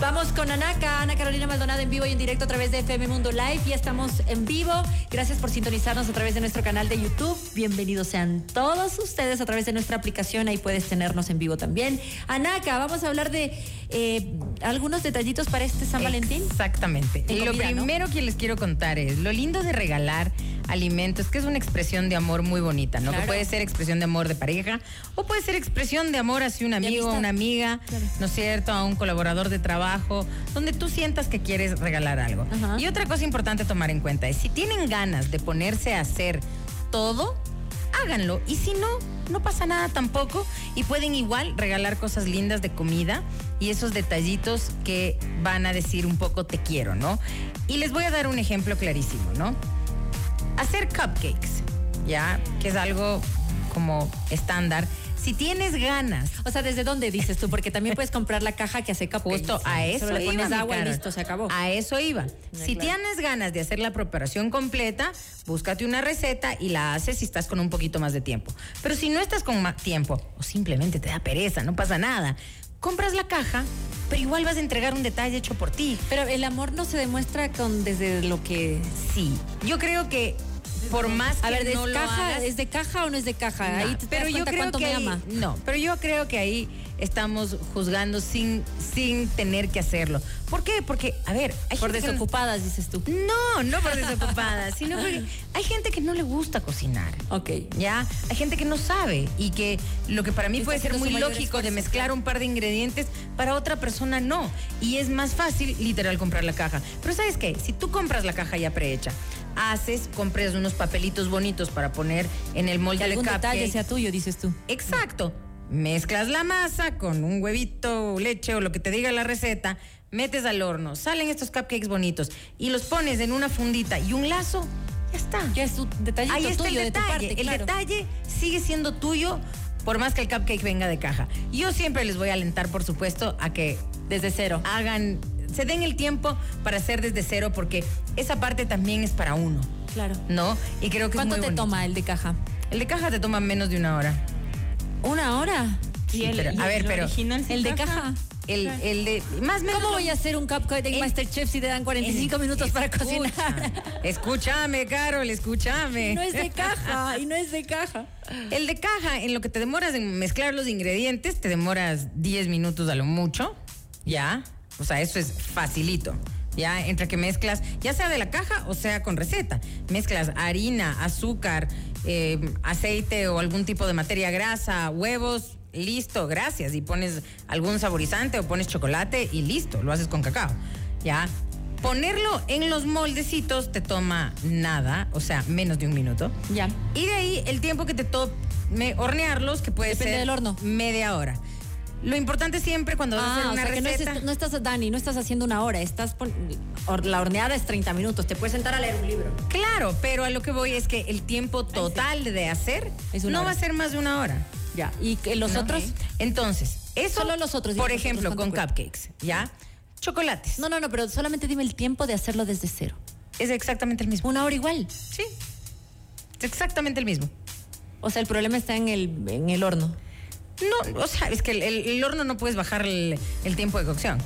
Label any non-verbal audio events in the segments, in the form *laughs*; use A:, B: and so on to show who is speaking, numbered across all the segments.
A: Vamos con Anaca, Ana Carolina Maldonado en vivo y en directo a través de FM Mundo Live. Ya estamos en vivo. Gracias por sintonizarnos a través de nuestro canal de YouTube. Bienvenidos sean todos ustedes a través de nuestra aplicación. Ahí puedes tenernos en vivo también. Anaca, vamos a hablar de eh, algunos detallitos para este San Valentín.
B: Exactamente.
A: En
B: lo
A: comida, ¿no?
B: primero que les quiero contar es lo lindo de regalar alimentos, que es una expresión de amor muy bonita, ¿no?
A: Claro.
B: Que puede ser expresión de amor de pareja o puede ser expresión de amor hacia un amigo,
A: amistad.
B: una amiga,
A: Claro.
B: ¿no es cierto? A un colaborador de trabajo, donde tú sientas que quieres regalar algo.
A: Ajá.
B: Y otra cosa importante a tomar en cuenta es si tienen ganas de ponerse a hacer todo, háganlo. Y si no, no pasa nada tampoco. Y pueden igual regalar cosas lindas de comida y esos detallitos que van a decir un poco te quiero, ¿no? Y les voy a dar un ejemplo clarísimo, ¿no? Hacer cupcakes, ¿ya? Que es algo como estándar. Si tienes ganas
A: O sea, ¿desde dónde dices tú? Porque también puedes comprar la caja que hace cupcakes.
B: Justo a eso
A: Solo le
B: iba.
A: pones
B: mi
A: agua y
B: Carol.
A: listo, se acabó.
B: A eso iba. si
A: claro.
B: tienes ganas de hacer la preparación completa, búscate una receta y la haces si estás con un poquito más de tiempo. Pero si no estás con más tiempo o simplemente te da pereza, no pasa nada, compras la caja, pero igual vas a entregar un detalle hecho por ti.
A: Pero el amor no se demuestra con desde lo que.
B: Sí, yo creo que por más que
A: A ver, ¿es,
B: no lo
A: caja,
B: hagas-
A: ¿es de caja o no es de caja?
B: Nah,
A: Ahí te das cuenta cuánto me
B: ahí-
A: ama.
B: no, pero yo creo que ahí estamos juzgando sin, sin tener que hacerlo. ¿Por qué? Porque, a ver, hay
A: Por
B: gente que-
A: desocupadas, dices tú.
B: No, no por desocupada, *laughs* sino porque hay gente que no le gusta cocinar.
A: Ok.
B: ¿Ya? Hay gente que no sabe y que lo que para mí
A: Que
B: puede
A: está
B: ser
A: haciendo
B: muy
A: su mayor
B: lógico de
A: esfuerzo,
B: mezclar
A: claro.
B: un par de ingredientes, para otra persona no. Y es más fácil, literal, comprar la caja. Pero ¿sabes qué? Si tú compras la caja ya prehecha, haces, compras unos papelitos bonitos para poner en el molde
A: Que
B: de
A: algún detalle
B: cupcake.
A: sea tuyo, dices tú.
B: Exacto. Mezclas la masa con un huevito, leche o lo que te diga la receta, metes al horno, salen estos cupcakes bonitos y los pones en una fundita y un lazo, ya está.
A: Ya es tu detallito
B: Ahí está
A: tuyo
B: el
A: de tu
B: detalle.
A: parte,
B: el
A: claro.
B: detalle sigue siendo tuyo por más que el cupcake venga de caja. Yo siempre les voy a alentar, por supuesto, a que
A: Desde cero.
B: hagan, se den el tiempo para hacer desde cero porque esa parte también es para uno,
A: Claro.
B: ¿no? Y creo que es
A: ¿Cuánto
B: muy
A: te
B: bonito.
A: toma el de caja?
B: El de caja te toma menos de una hora.
A: ¿Una hora?
B: Sí, pero- a ver, pero
A: ¿El de caja?
B: el, el de más o menos
A: ¿Cómo
B: lo-
A: voy a hacer un cupcake de
B: El-
A: Masterchef si te dan 45 minutos para
B: Escúchame,
A: cocinar? *laughs*
B: Escúchame, Carol, escúchame.
A: No es de caja, y no es de caja.
B: El de caja, en lo que te demoras en mezclar los ingredientes, te demoras 10 minutos a lo mucho, ¿ya? O sea, eso es facilito. Ya, entre que mezclas, ya sea de la caja o sea con receta, mezclas harina, azúcar, eh, aceite o algún tipo de materia grasa, huevos, listo, gracias. Y pones algún saborizante o pones chocolate y listo, lo haces con cacao. Ya, ponerlo en los moldecitos te toma nada, o sea, menos de un minuto.
A: Ya.
B: Y de ahí el tiempo que te tome hornearlos, que puede
A: Depende
B: ser
A: del horno.
B: media hora. Lo importante siempre cuando vas a
A: Ah,
B: hacer
A: o
B: una
A: sea que no, es-
B: receta.
A: no estás, Dani, no estás haciendo una hora, estás pon- hor- la horneada es 30 minutos, te puedes sentar a leer un libro.
B: Claro, pero a lo que voy es que el tiempo total de hacer
A: Es una
B: no
A: hora.
B: va a ser más de una hora.
A: Ya. ¿Y que los
B: ¿no?
A: otros?
B: Ok. Entonces, eso.
A: Solo los otros,
B: Por
A: digamos,
B: ejemplo,
A: ¿cuánto
B: con
A: cuesta?
B: cupcakes, ¿ya? Chocolates.
A: No, no, no, pero solamente dime el tiempo de hacerlo desde cero.
B: Es exactamente el mismo.
A: Una hora igual.
B: Sí. Es exactamente el mismo.
A: O sea, el problema está en el, en el horno.
B: No, o sea, es que el, el- el horno no puedes bajar el, el tiempo de cocción.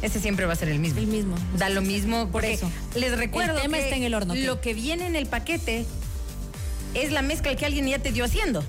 B: Ese siempre va a ser el mismo.
A: El mismo.
B: Da lo mismo.
A: Por
B: porque
A: eso.
B: Les recuerdo
A: El tema
B: que
A: está en el horno, ¿qué?
B: lo que viene en el paquete es la mezcla que alguien ya te dio haciendo.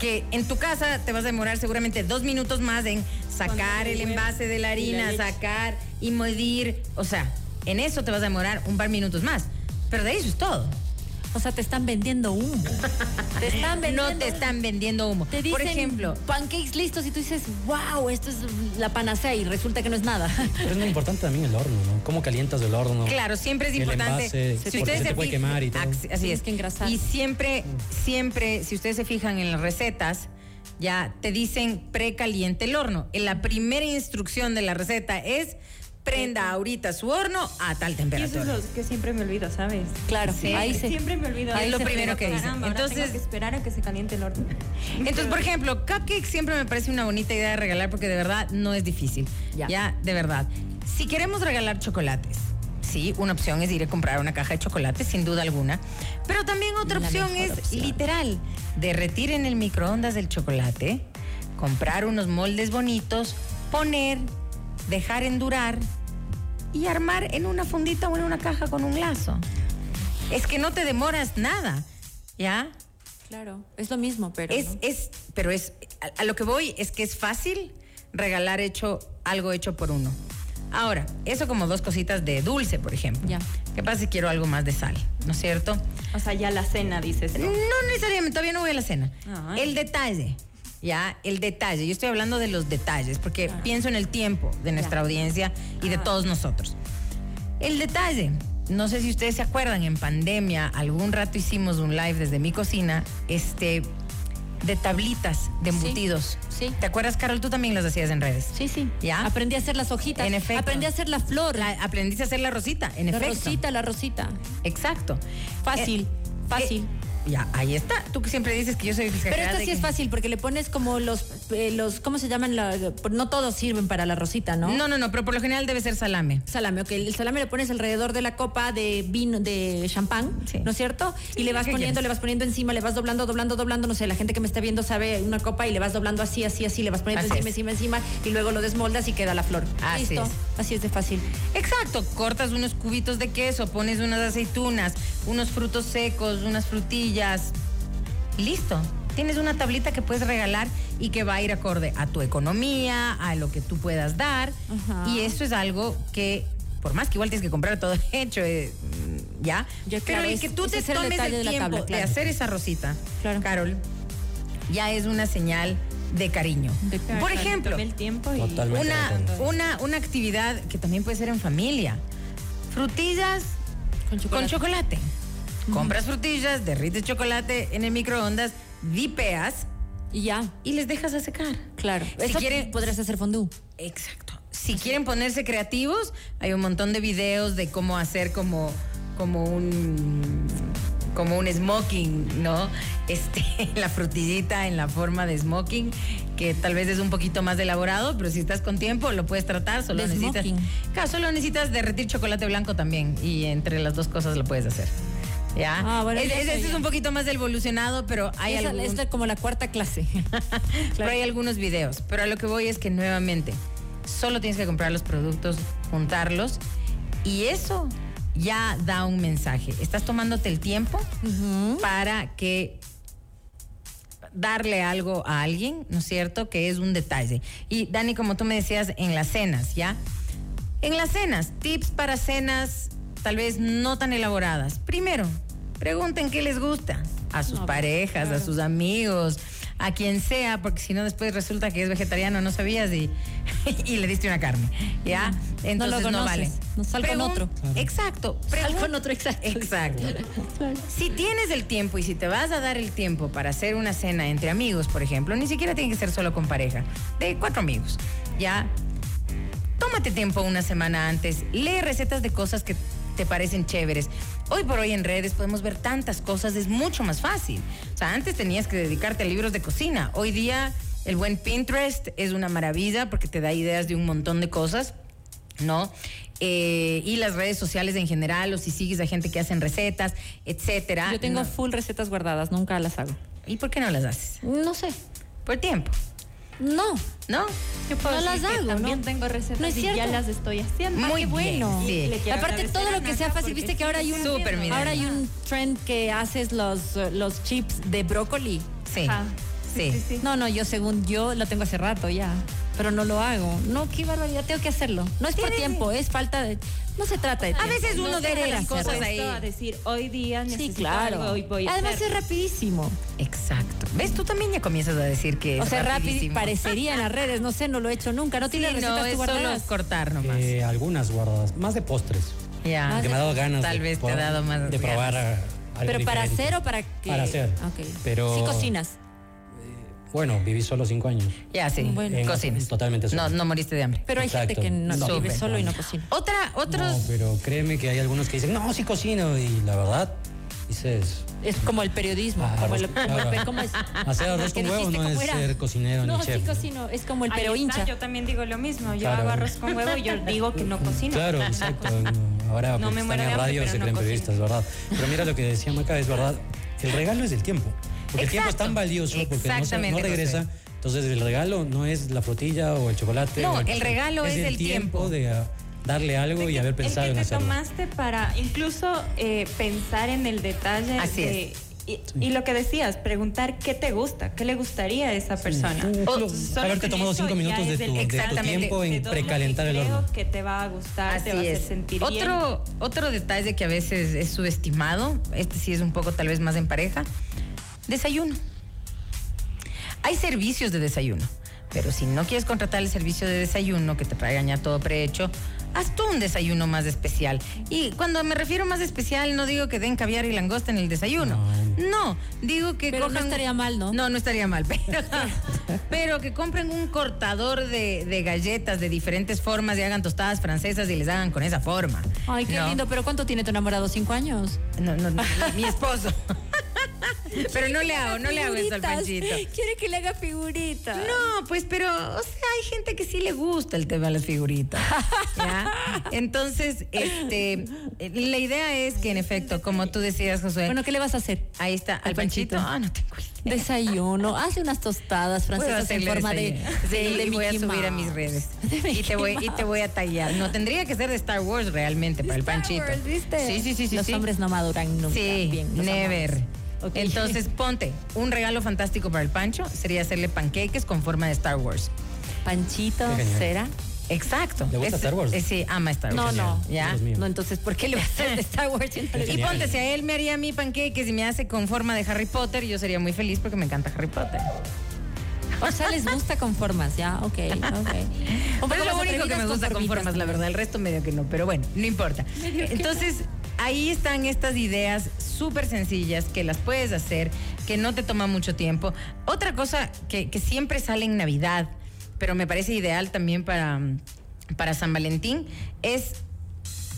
B: Que en tu casa te vas a demorar seguramente dos minutos más en sacar
A: Cuando
B: el
A: el huevo
B: envase de la
A: y la
B: harina,
A: leche.
B: sacar y medir. O sea, en eso te vas a demorar un par minutos más. Pero de eso es todo.
A: O sea, te están vendiendo humo. te *laughs* están vendiendo
B: No te
A: humo.
B: están vendiendo humo.
A: Te dicen
B: Por ejemplo,
A: pancakes listos y tú dices, wow, esto es la panacea y resulta que no es nada.
C: Pero es muy importante también el horno, ¿no? ¿Cómo calientas el horno?
B: Claro, siempre es
C: El
B: importante.
C: envase, porque se te puede
B: fijan-
C: quemar y todo.
B: Ah, sí, Así
A: Tienes
B: es.
A: que engrasar.
B: Y siempre, siempre, si ustedes se fijan en las recetas, ya te dicen precaliente el horno. En la primera instrucción de la receta es prenda ahorita su horno a tal
D: Y eso
B: temperatura.
D: es lo que siempre me olvido, ¿sabes?
A: Claro,
B: Sí.
A: ahí se...
D: Siempre me olvido.
B: Es
D: Ahí
B: lo
D: se
B: primero
D: fregó,
B: que dicen.
D: caramba, ahora
B: Entonces-
D: tengo que esperar a que se caliente el horno.
B: Entonces, por ejemplo, cupcake siempre me parece una bonita idea de regalar porque de verdad no es difícil.
A: Ya.
B: Ya. de verdad. Si queremos regalar chocolates, sí, una opción es ir a comprar una caja de chocolates, sin duda alguna. Pero también otra
A: La
B: opción
A: mejor
B: es
A: opción.
B: literal, derretir en el microondas el chocolate, comprar unos moldes bonitos, poner dejar endurar y armar en una fundita o en una caja con un lazo. Es que no te demoras nada, ¿ya?
A: Claro, es lo mismo, pero.
B: Es,
A: ¿no?
B: es, pero es, a, a lo que voy es que es fácil regalar hecho, algo hecho por uno. Ahora, eso como dos cositas de dulce, por ejemplo.
A: Ya.
B: ¿Qué pasa si quiero algo más de sal? ¿No es cierto?
D: O sea, ya la cena, dices. tú.
B: No necesariamente, todavía no voy a la cena.
D: Ah.
B: El detalle, ya, el detalle. Yo estoy hablando de los detalles, porque pienso en el tiempo de nuestra
A: Ya.
B: audiencia y de
D: Ah.
B: todos nosotros. El detalle, no sé si ustedes se acuerdan, en pandemia algún rato hicimos un live desde mi cocina, este, de tablitas de
A: Sí,
B: embutidos.
A: sí.
B: ¿Te acuerdas, Carol? Tú también las hacías en redes.
A: Sí, sí.
B: ¿Ya?
A: Aprendí a hacer las hojitas.
B: En efecto.
A: Aprendí a hacer la flor.
B: La- aprendiste a hacer la rosita, en
A: la
B: efecto.
A: rosita, la rosita.
B: Exacto.
A: Fácil,
B: Eh,
A: fácil.
B: eh, ya, ahí está. Tú que siempre dices que yo soy
A: Pero
B: exagerada
A: esta
B: y
A: sí es
B: que-
A: fácil porque le pones como los, eh, los ¿cómo se llaman? La- no todos sirven para la rosita, ¿no?
B: No, no, no, pero por lo general debe ser salame.
A: Salame, ok. El salame lo pones alrededor de la copa de vino, de champán,
B: Sí.
A: ¿no es cierto?
B: Sí,
A: y le vas
B: ¿qué
A: poniendo,
B: quieres?
A: le vas poniendo encima, le vas doblando, doblando, doblando. No sé, la gente que me está viendo sabe una copa y le vas doblando así, así, así, le vas poniendo
B: Así
A: encima,
B: es.
A: encima, encima y luego lo desmoldas y queda la flor.
B: Así
A: Listo.
B: es.
A: Así es de fácil.
B: Exacto, cortas unos cubitos de queso, pones unas aceitunas, unos frutos secos, unas frutillas. Listo. Tienes una tablita que puedes regalar y que va a ir acorde a tu economía, a lo que tú puedas dar.
A: Ajá.
B: Y eso es algo que, por más que igual tienes que comprar todo *laughs* hecho, eh, mm, ¿ya?
A: Ya,
B: Pero
A: claro,
B: el
A: es-
B: que tú
A: ese
B: te
A: es el
B: tomes el
A: detalle de la
B: tiempo
A: tabla,
B: de
A: claro.
B: hacer esa rosita,
A: Claro.
B: Carol, ya es una señal de cariño.
A: De-
D: Claro,
B: por
D: o sea, me
B: ejemplo,
D: tomé el tiempo y.
C: Totalmente.
B: una,
C: Totalmente.
B: una, una actividad que también puede ser en familia. Frutillas
A: Con chocolate.
B: con chocolate. Compras frutillas, derrites chocolate en el microondas, dipeas
A: y ya,
B: y les dejas a secar.
A: claro.
B: Si
A: Eso
B: quieren-
A: podrías hacer fondú.
B: Exacto. Si quieren ponerse creativos, hay un montón de videos de cómo hacer como, como un como un smoking, ¿no? *laughs* Este, la frutillita en la forma de smoking, que tal vez es un poquito más elaborado, pero si estás con tiempo lo puedes tratar, solo
A: De
B: necesitas.
A: smoking.
B: Claro, solo necesitas derretir chocolate blanco también y entre las dos cosas lo puedes hacer. ¿Ya?
A: Ah, bueno,
B: Es-
A: ya
B: es-
A: sé,
B: este es
A: ya.
B: un poquito más del evolucionado, pero hay
A: Esa
B: algún-
A: es la- como la cuarta
B: *laughs*
A: clase.
B: pero hay algunos videos. Pero a lo que voy es que nuevamente, solo tienes que comprar los productos, juntarlos y eso ya da un mensaje. Estás tomándote el tiempo para que darle algo a alguien, ¿no es cierto? Que es un detalle. Y Dani, como tú me decías, en las cenas, ¿ya? En las cenas, tips para cenas tal vez no tan elaboradas. Primero, pregunten qué les gusta a sus
A: No, pues,
B: parejas, a
A: claro.
B: sus amigos, a quien sea, porque si no después resulta que es vegetariano, no sabías y, *laughs* y le diste una carne, ¿ya?
A: lo
B: Entonces no,
A: conoces,
B: vale.
A: no sal con
B: Pregun-
A: otro.
C: Claro.
B: Exacto.
A: Sal
B: pregun-
A: con otro exacto.
B: Exacto. Si tienes el tiempo y si te vas a dar el tiempo para hacer una cena entre amigos, por ejemplo, ni siquiera tiene que ser solo con pareja, de cuatro amigos, ¿ya? Tómate tiempo una semana antes, lee recetas de cosas que te parecen chéveres. Hoy por hoy en redes podemos ver tantas cosas, es mucho más fácil. O sea, antes tenías que dedicarte a libros de cocina. Hoy día el buen Pinterest es una maravilla porque te da ideas de un montón de cosas. ¿no? Eh, y las redes sociales en general, o si sigues a gente que hacen recetas, etcétera.
A: Yo tengo
B: No.
A: full recetas guardadas, nunca las hago.
B: ¿Y por qué no las haces?
A: No sé.
B: Por tiempo,
A: No.
B: ¿no?
D: Yo puedo
A: No
D: decir
A: las
D: que
A: hago,
D: También
A: ¿no?
D: tengo recetas
A: No es
D: y ya
A: cierto.
D: las estoy haciendo.
B: Muy
A: qué bueno.
B: bien, sí.
D: Y le quiero
A: Aparte
D: agradecer
A: todo
D: a
A: lo que sea
D: Nata
A: fácil,
D: porque
A: viste que
D: sí
A: ahora hay
D: está
A: un
B: Súper,
D: haciendo.
B: mi
A: ahora
B: Dani.
A: hay un trend que haces los eh, los chips de brócoli.
B: Sí.
A: Ah,
D: Ajá.
B: Sí.
D: sí, sí.
A: No, no, yo según yo lo tengo hace rato ya, pero no lo hago. No, qué barbaridad, tengo que hacerlo. No es por
B: Tienes-
A: tiempo, es falta de no se trata de
B: A
A: tiempo.
B: veces uno
A: No
B: deja
A: querer
B: las
A: hacerlo.
B: cosas ahí.
D: Puesto a decir, hoy día
A: Sí,
D: necesito
A: claro.
D: algo, hoy voy a
A: Además
D: hacer.
A: es rapidísimo.
B: Exacto. ¿Ves? Tú también ya comienzas a decir que
A: O
B: es
A: sea, rápido
B: rapidísimo.
A: parecería en las redes, no sé, no lo he hecho nunca. No
B: Sí,
A: tiene recetas
B: no,
A: tú
B: es solo
A: guardadas.
B: cortar nomás.
C: Eh, algunas guardadas, más de postres.
B: ya.
A: Ah,
C: Porque me ha dado ganas
B: Tal
C: de,
B: vez te
C: probar-
B: ha dado más
C: de probar
B: ganas.
C: a- algo
A: Pero para
C: diferente.
A: hacer o para qué?
C: Para hacer.
A: Ok.
C: Pero
A: Sí cocinas.
C: bueno, viví solo cinco años.
B: Ya, sí.
A: Bueno.
C: En-
B: Cocinas.
C: totalmente solo.
B: No, no moriste de hambre.
A: Pero hay
C: Exacto.
A: gente que no,
C: No,
A: vive
B: súper.
A: solo y no cocina.
B: Otra, otros.
C: No, pero créeme que hay algunos que dicen, no, sí cocino. Y la verdad, dices,
A: Es como el periodismo.
C: Ah,
A: como el,
C: arroz- claro.
A: ¿cómo es?
C: hacer arroz
A: ¿Qué
C: con huevo
A: dijiste?
C: no es
A: ¿Cómo era?
C: ser cocinero
A: No,
C: ni
A: sí
C: chef.
A: cocino. Es como el pero
D: Ahí está,
A: hincha.
D: Yo también digo lo mismo. Yo
C: Claro.
D: hago arroz con huevo y yo digo que no cocino. *laughs*
C: Claro, exacto. Ahora
D: No
C: pues,
D: me
C: están
D: muero de
C: en
D: hambre,
C: radio
D: pero
C: se
D: no
C: creen
D: cocino.
C: periodistas, ¿verdad? Pero mira lo que decía Maca, es verdad. El regalo es el tiempo. Porque el tiempo es
B: Exacto.
C: tan valioso porque no, se- no
B: Exactamente,
C: regresa.
B: José.
C: Entonces el regalo no es la frutilla o el chocolate.
B: No,
C: o
B: el regalo es el tiempo.
C: de ah, darle algo y haber pensado
D: el
C: en
D: que te
C: hacerlo.
D: tomaste para incluso eh, pensar en el detalle
B: Así
D: de- Y, y lo que decías, preguntar qué te gusta, qué le gustaría a esa persona.
C: Tú,
B: O
C: solo
D: Solo
C: haberte
D: con
C: tomado
D: eso
C: cinco
D: ya
C: minutos
D: es
C: de
D: del-
C: tu, de tu
B: exactamente,
C: tiempo
D: te
C: en
D: doy lo
C: precalentar
D: que
C: el horno.
D: creo que te va a gustar, te va a hacer sentir bien.
B: otro, otro detalle que a veces es subestimado, este sí es un poco tal vez más en pareja, desayuno. Hay servicios de desayuno, pero si no quieres contratar el servicio de desayuno que te traigan ya todo prehecho, haz tú un desayuno más especial. Y cuando me refiero más especial, no digo que den caviar y langosta en el desayuno. No, digo que
A: Pero no
B: cojan-
A: estaría mal, ¿no?
B: no, no estaría mal, *laughs* pero, pero que compren un cortador de, de galletas de diferentes formas y hagan tostadas francesas y les hagan con esa forma.
A: Ay, qué
B: No.
A: lindo. ¿Pero cuánto tiene tu enamorado? ¿Cinco años?
B: No, no, no,
A: *laughs*
B: mi esposo. pero no le hago, no le hago eso
A: Figuritas.
B: al panchito.
A: Ah, Quiere que le haga figuritas.
B: No, pues, pero, o sea, hay gente que sí le gusta el tema de las figuritas.
A: *laughs*
B: ¿ya? Entonces, este, eh, la idea es que, en efecto, como tú decías, Josué,
A: Bueno, ¿qué le vas a hacer?
B: ahí está, al
A: al Panchito.
B: panchito. Ah, no tengo idea.
A: Desayuno, hace unas tostadas francesas en
B: hacerle
A: forma de,
B: desayuno.
A: de,
B: Sí,
A: de
B: y voy a
A: Mickey
B: subir a
A: Mouse.
B: mis redes.
A: *laughs* De
B: Y te,
A: Mickey
B: voy, y te voy a tallar. No, tendría que ser de Star Wars realmente para el
A: Star
B: panchito.
A: Wars, ¿viste?
B: Sí, sí, sí, sí.
A: Los
B: sí.
A: hombres no maduran nunca.
B: Sí,
A: Bien, los
B: never.
A: amamos. Ok. *laughs*
B: Entonces, ponte, un regalo fantástico para el Pancho sería hacerle panqueques con forma de Star Wars.
A: Panchito,
C: Qué genial.
A: ¿será?
B: Exacto.
C: ¿Le gusta
B: Es-
C: Star Wars?
B: eh, sí, ama Star
A: No,
B: Wars.
A: no.
B: ¿Ya?
C: Dios mío.
A: No, entonces, ¿por qué le vas a hacer de Star Wars? Yo no le-
B: Y
C: Genial.
B: ponte, si a él me haría a mí panqueques y me hace con forma de Harry Potter, yo sería muy feliz porque me encanta Harry Potter.
A: O sea, les gusta con formas, ya, ok, ok.
B: Pero es lo único que me gusta con formas, la verdad. El resto medio que no, pero bueno, no importa. Entonces, ahí están estas ideas súper sencillas que las puedes hacer, que no te toma mucho tiempo. Otra cosa que, que siempre sale en Navidad, pero me parece ideal también para, para San Valentín, es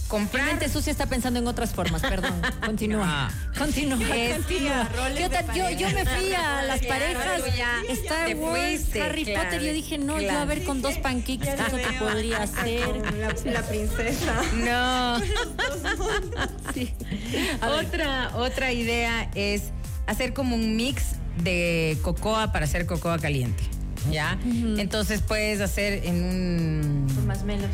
A: La
B: comprar...
A: mente sucia está pensando en otras formas, *laughs* perdón. Continúa. Ah. Continúa.
B: Es-
A: continúa.
D: roles
A: Yo,
D: de
A: ta- yo, yo me fui a las
B: Claro,
A: parejas,
B: tú ya te
A: Star Wars,
B: fuiste,
A: Harry
B: claro,
A: Potter. Yo dije, no, yo a
B: claro.
A: ver con dos panqueques, ¿qué es lo que podría hacer?
D: La, la princesa.
B: No.
A: Sí. A ver.
B: Otra, otra idea es hacer como un mix de cocoa para hacer cocoa caliente. ¿Ya? Entonces puedes hacer en un.
D: Más menos.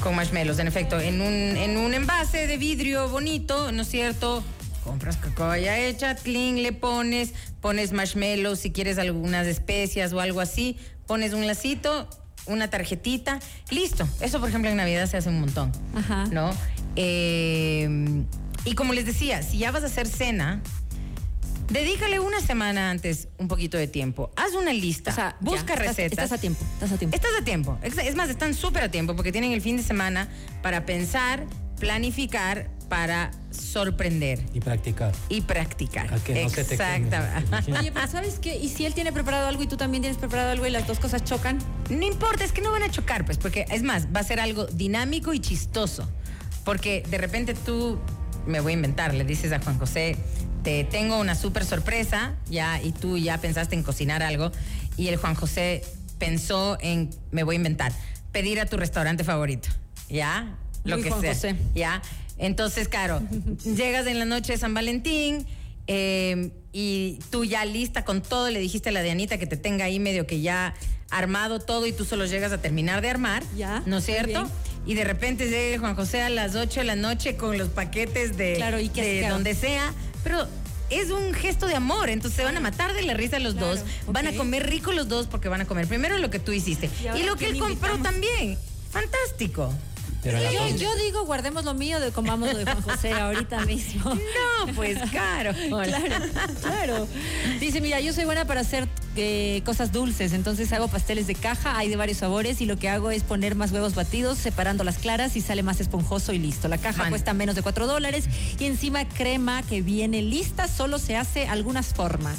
B: Con marshmallows, en efecto. En un, en un envase de vidrio bonito, ¿no es cierto? Compras cocoa ya hecha, clean, le pones, pones marshmallows, si quieres algunas especias o algo así, pones un lacito, una tarjetita, listo. Eso, por ejemplo, en Navidad se hace un montón.
A: Ajá.
B: ¿no? Eh, y como les decía, si ya vas a hacer cena, dedícale una semana antes un poquito de tiempo. Haz una lista,
A: O sea,
B: busca
A: ya, estás-
B: recetas.
A: Estás a tiempo, estás a tiempo.
B: Estás a tiempo. Ex- Es más, están súper a tiempo porque tienen el fin de semana para pensar, planificar, para sorprender
C: Y practicar.
B: y practicar.
C: A que no se te queme.
B: Exacta-
A: Oye, pero ¿sabes qué? ¿Y si él tiene preparado algo y tú también tienes preparado algo y las dos cosas chocan?
B: No importa, es que no van a chocar, pues, porque es más, va a ser algo dinámico y chistoso. Porque de repente tú, me voy a inventar, le dices a Juan José, te tengo una súper sorpresa, ya, y tú ya pensaste en cocinar algo, y el Juan José pensó en, me voy a inventar, pedir a tu restaurante favorito, ya, lo
A: Muy
B: que
A: Juan
B: sea.
A: José.
B: ¿ya? Entonces,
A: *laughs*
B: claro, llegas en la noche de San Valentín eh, y tú ya lista con todo, le dijiste a la Dianita que te tenga ahí medio que ya armado todo y tú solo llegas a terminar de armar,
A: Ya,
B: ¿no es
A: muy
B: cierto?
A: bien.
B: Y de repente llega el Juan José a las 8 de la noche con los paquetes de,
A: Claro, ¿y qué
B: de
A: haces?
B: donde sea, pero... Es un gesto de amor, entonces se van a matar de la risa los
A: Claro,
B: dos, van a
A: ok.
B: comer rico los dos porque van a comer primero lo que tú hiciste
D: Y
B: y,
D: ahora,
B: lo que él
D: ¿quién
B: compró
D: invitamos?
B: también. Fantástico.
C: Pero en la
A: Yo,
C: cocina.
A: yo digo, guardemos lo mío, de comamos lo de Juan José ahorita *laughs* mismo.
B: No, pues claro.
A: Claro, claro. Dice, mira, yo soy buena para hacer eh, cosas dulces, entonces hago pasteles de caja, hay de varios sabores y lo que hago es poner más huevos batidos, separando las claras y sale más esponjoso y listo. La caja
B: Man.
A: cuesta menos de 4 dólares y encima crema que viene lista, solo se hace algunas formas.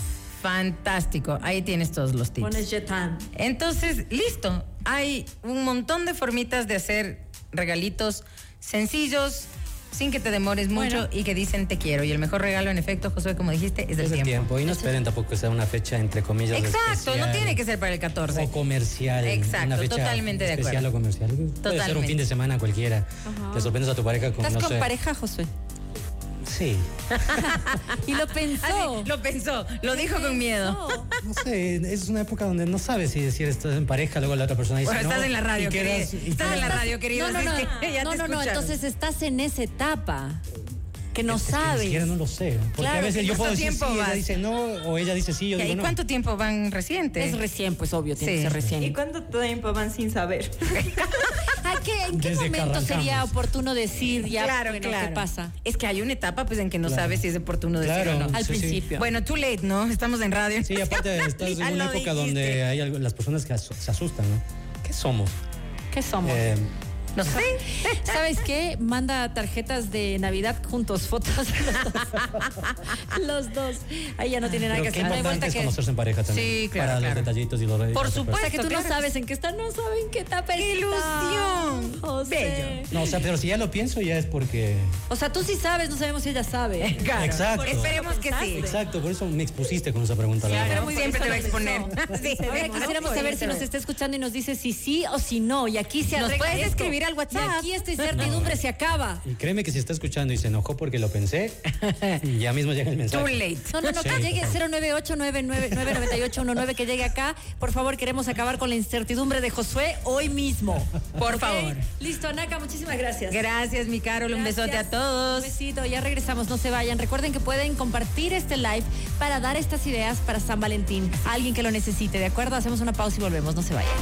B: Fantástico. Ahí tienes todos los tips.
A: jetan.
B: Entonces, listo. Hay un montón de formitas de hacer regalitos sencillos, sin que te demores mucho
A: Bueno.
B: y que dicen te quiero. Y el mejor regalo, en efecto, Josué, como dijiste, es el
C: Es el
B: tiempo.
C: tiempo. Y no esperen tampoco que sea una fecha, entre comillas,
B: Exacto, no
C: especial
B: tiene que ser para el 14.
C: O comercial.
B: Exacto,
C: una fecha
B: totalmente de
C: especial
B: acuerdo.
C: o comercial. Puede ser un
B: Totalmente.
C: fin de semana cualquiera. Te sorprendes a tu pareja con,
A: ¿Estás
C: Pues
A: con
C: no sé,
A: pareja, Josué?
C: Sí.
A: Y *laughs* lo pensó.
B: Así, Ah, lo pensó, lo dijo con miedo.
A: Pensó.
C: No sé, es una época donde no sabes si decir estás en pareja, luego la otra persona dice.
B: Bueno,
C: no,
B: estás en la radio,
C: y quedas-
B: querida.
C: y
B: Estás en la
C: quedas-
B: radio, querido.
A: No, no,
B: así
A: no.
B: es que *laughs* ya
A: No,
B: te
A: no, no.
B: escucharon.
A: Entonces estás en esa etapa que no
C: Es que ni
A: sabes.
C: siquiera no lo sé. Porque
A: Claro,
C: a veces
B: que
C: yo
B: ¿cuánto
C: puedo decir
B: tiempo
C: sí,
B: vas?
C: ella dice no, o ella dice sí, yo
B: Ya,
C: digo
B: ¿Y
C: no.
B: cuánto tiempo van reciente?
A: Es recién, pues obvio, tiene que
B: Sí.
A: ser
D: ¿Y
A: recién.
D: cuánto tiempo van sin saber?
A: ¿A qué- ¿En qué
C: Desde que
A: momento sería
C: arrancamos.
A: oportuno decir ya bueno, qué pasa?
B: Es que hay una etapa pues en que no
C: Claro.
B: sabes si es oportuno decir
C: Claro.
B: o no.
A: Al
C: Sí, sí.
A: principio.
B: Bueno, too late, ¿no? Estamos en radio.
C: Sí,
B: *laughs*
C: aparte estás en
B: Ya
C: una
B: lo
C: época
B: dijiste.
C: donde hay algo- las personas que asu- se asustan, ¿no? ¿Qué somos?
A: ¿Qué somos?
C: Eh,
B: No sé.
A: *laughs* ¿Sabes qué? Manda tarjetas de Navidad juntos, fotos. *laughs* Los dos. Los dos. Ahí ya no tienen nada
C: pero
A: que
C: qué
A: hacer. No hay vuelta
C: importante es
A: que.
C: conocerse en pareja también.
B: Sí, claro,
C: Para
B: claro.
C: los detallitos y pues. los
B: Por
C: esas
A: O
B: supuesto.
A: sea que tú no
B: Claro.
A: sabes en qué están, no saben qué etapa
B: ¡Qué
A: está.
B: ilusión! Bello.
A: José.
C: cosas. No, o sea, pero si ya lo pienso, ya es porque.
A: O sea, tú sí sabes, no sabemos si ella sabe.
B: Claro.
C: Exacto.
B: Esperemos que sí.
C: Exacto, por eso me expusiste con esa pregunta. la verdad.
B: Claro, siempre te va a exponer. *laughs* Sí.
A: Ahora quisiéramos saber si nos está escuchando y nos dice si sí o si no. Y aquí se
B: Nos
A: arregla
B: puedes
A: esto.
B: escribir al WhatsApp.
A: Y
B: *laughs*
A: aquí esta incertidumbre se acaba.
C: Y créeme que si está escuchando y se enojó porque lo pensé, *laughs* ya mismo llega el mensaje.
B: Too late.
A: No, no, no, que
C: Sí.
A: llegue 098-999-9819, que llegue acá. Por favor, queremos acabar con la incertidumbre de Josué hoy mismo.
B: Por
A: ¿Ok?
B: favor.
A: Listo, Anaka, muchísimas gracias.
B: Gracias, mi Carol. Un besote a
A: Gracias. Un
B: todos.
A: besito, ya regresamos, no se vayan. Recuerden que pueden compartir este live para dar estas ideas para San Valentín. A alguien que lo necesite, ¿de acuerdo? Hacemos una pausa y volvemos, no se vayan.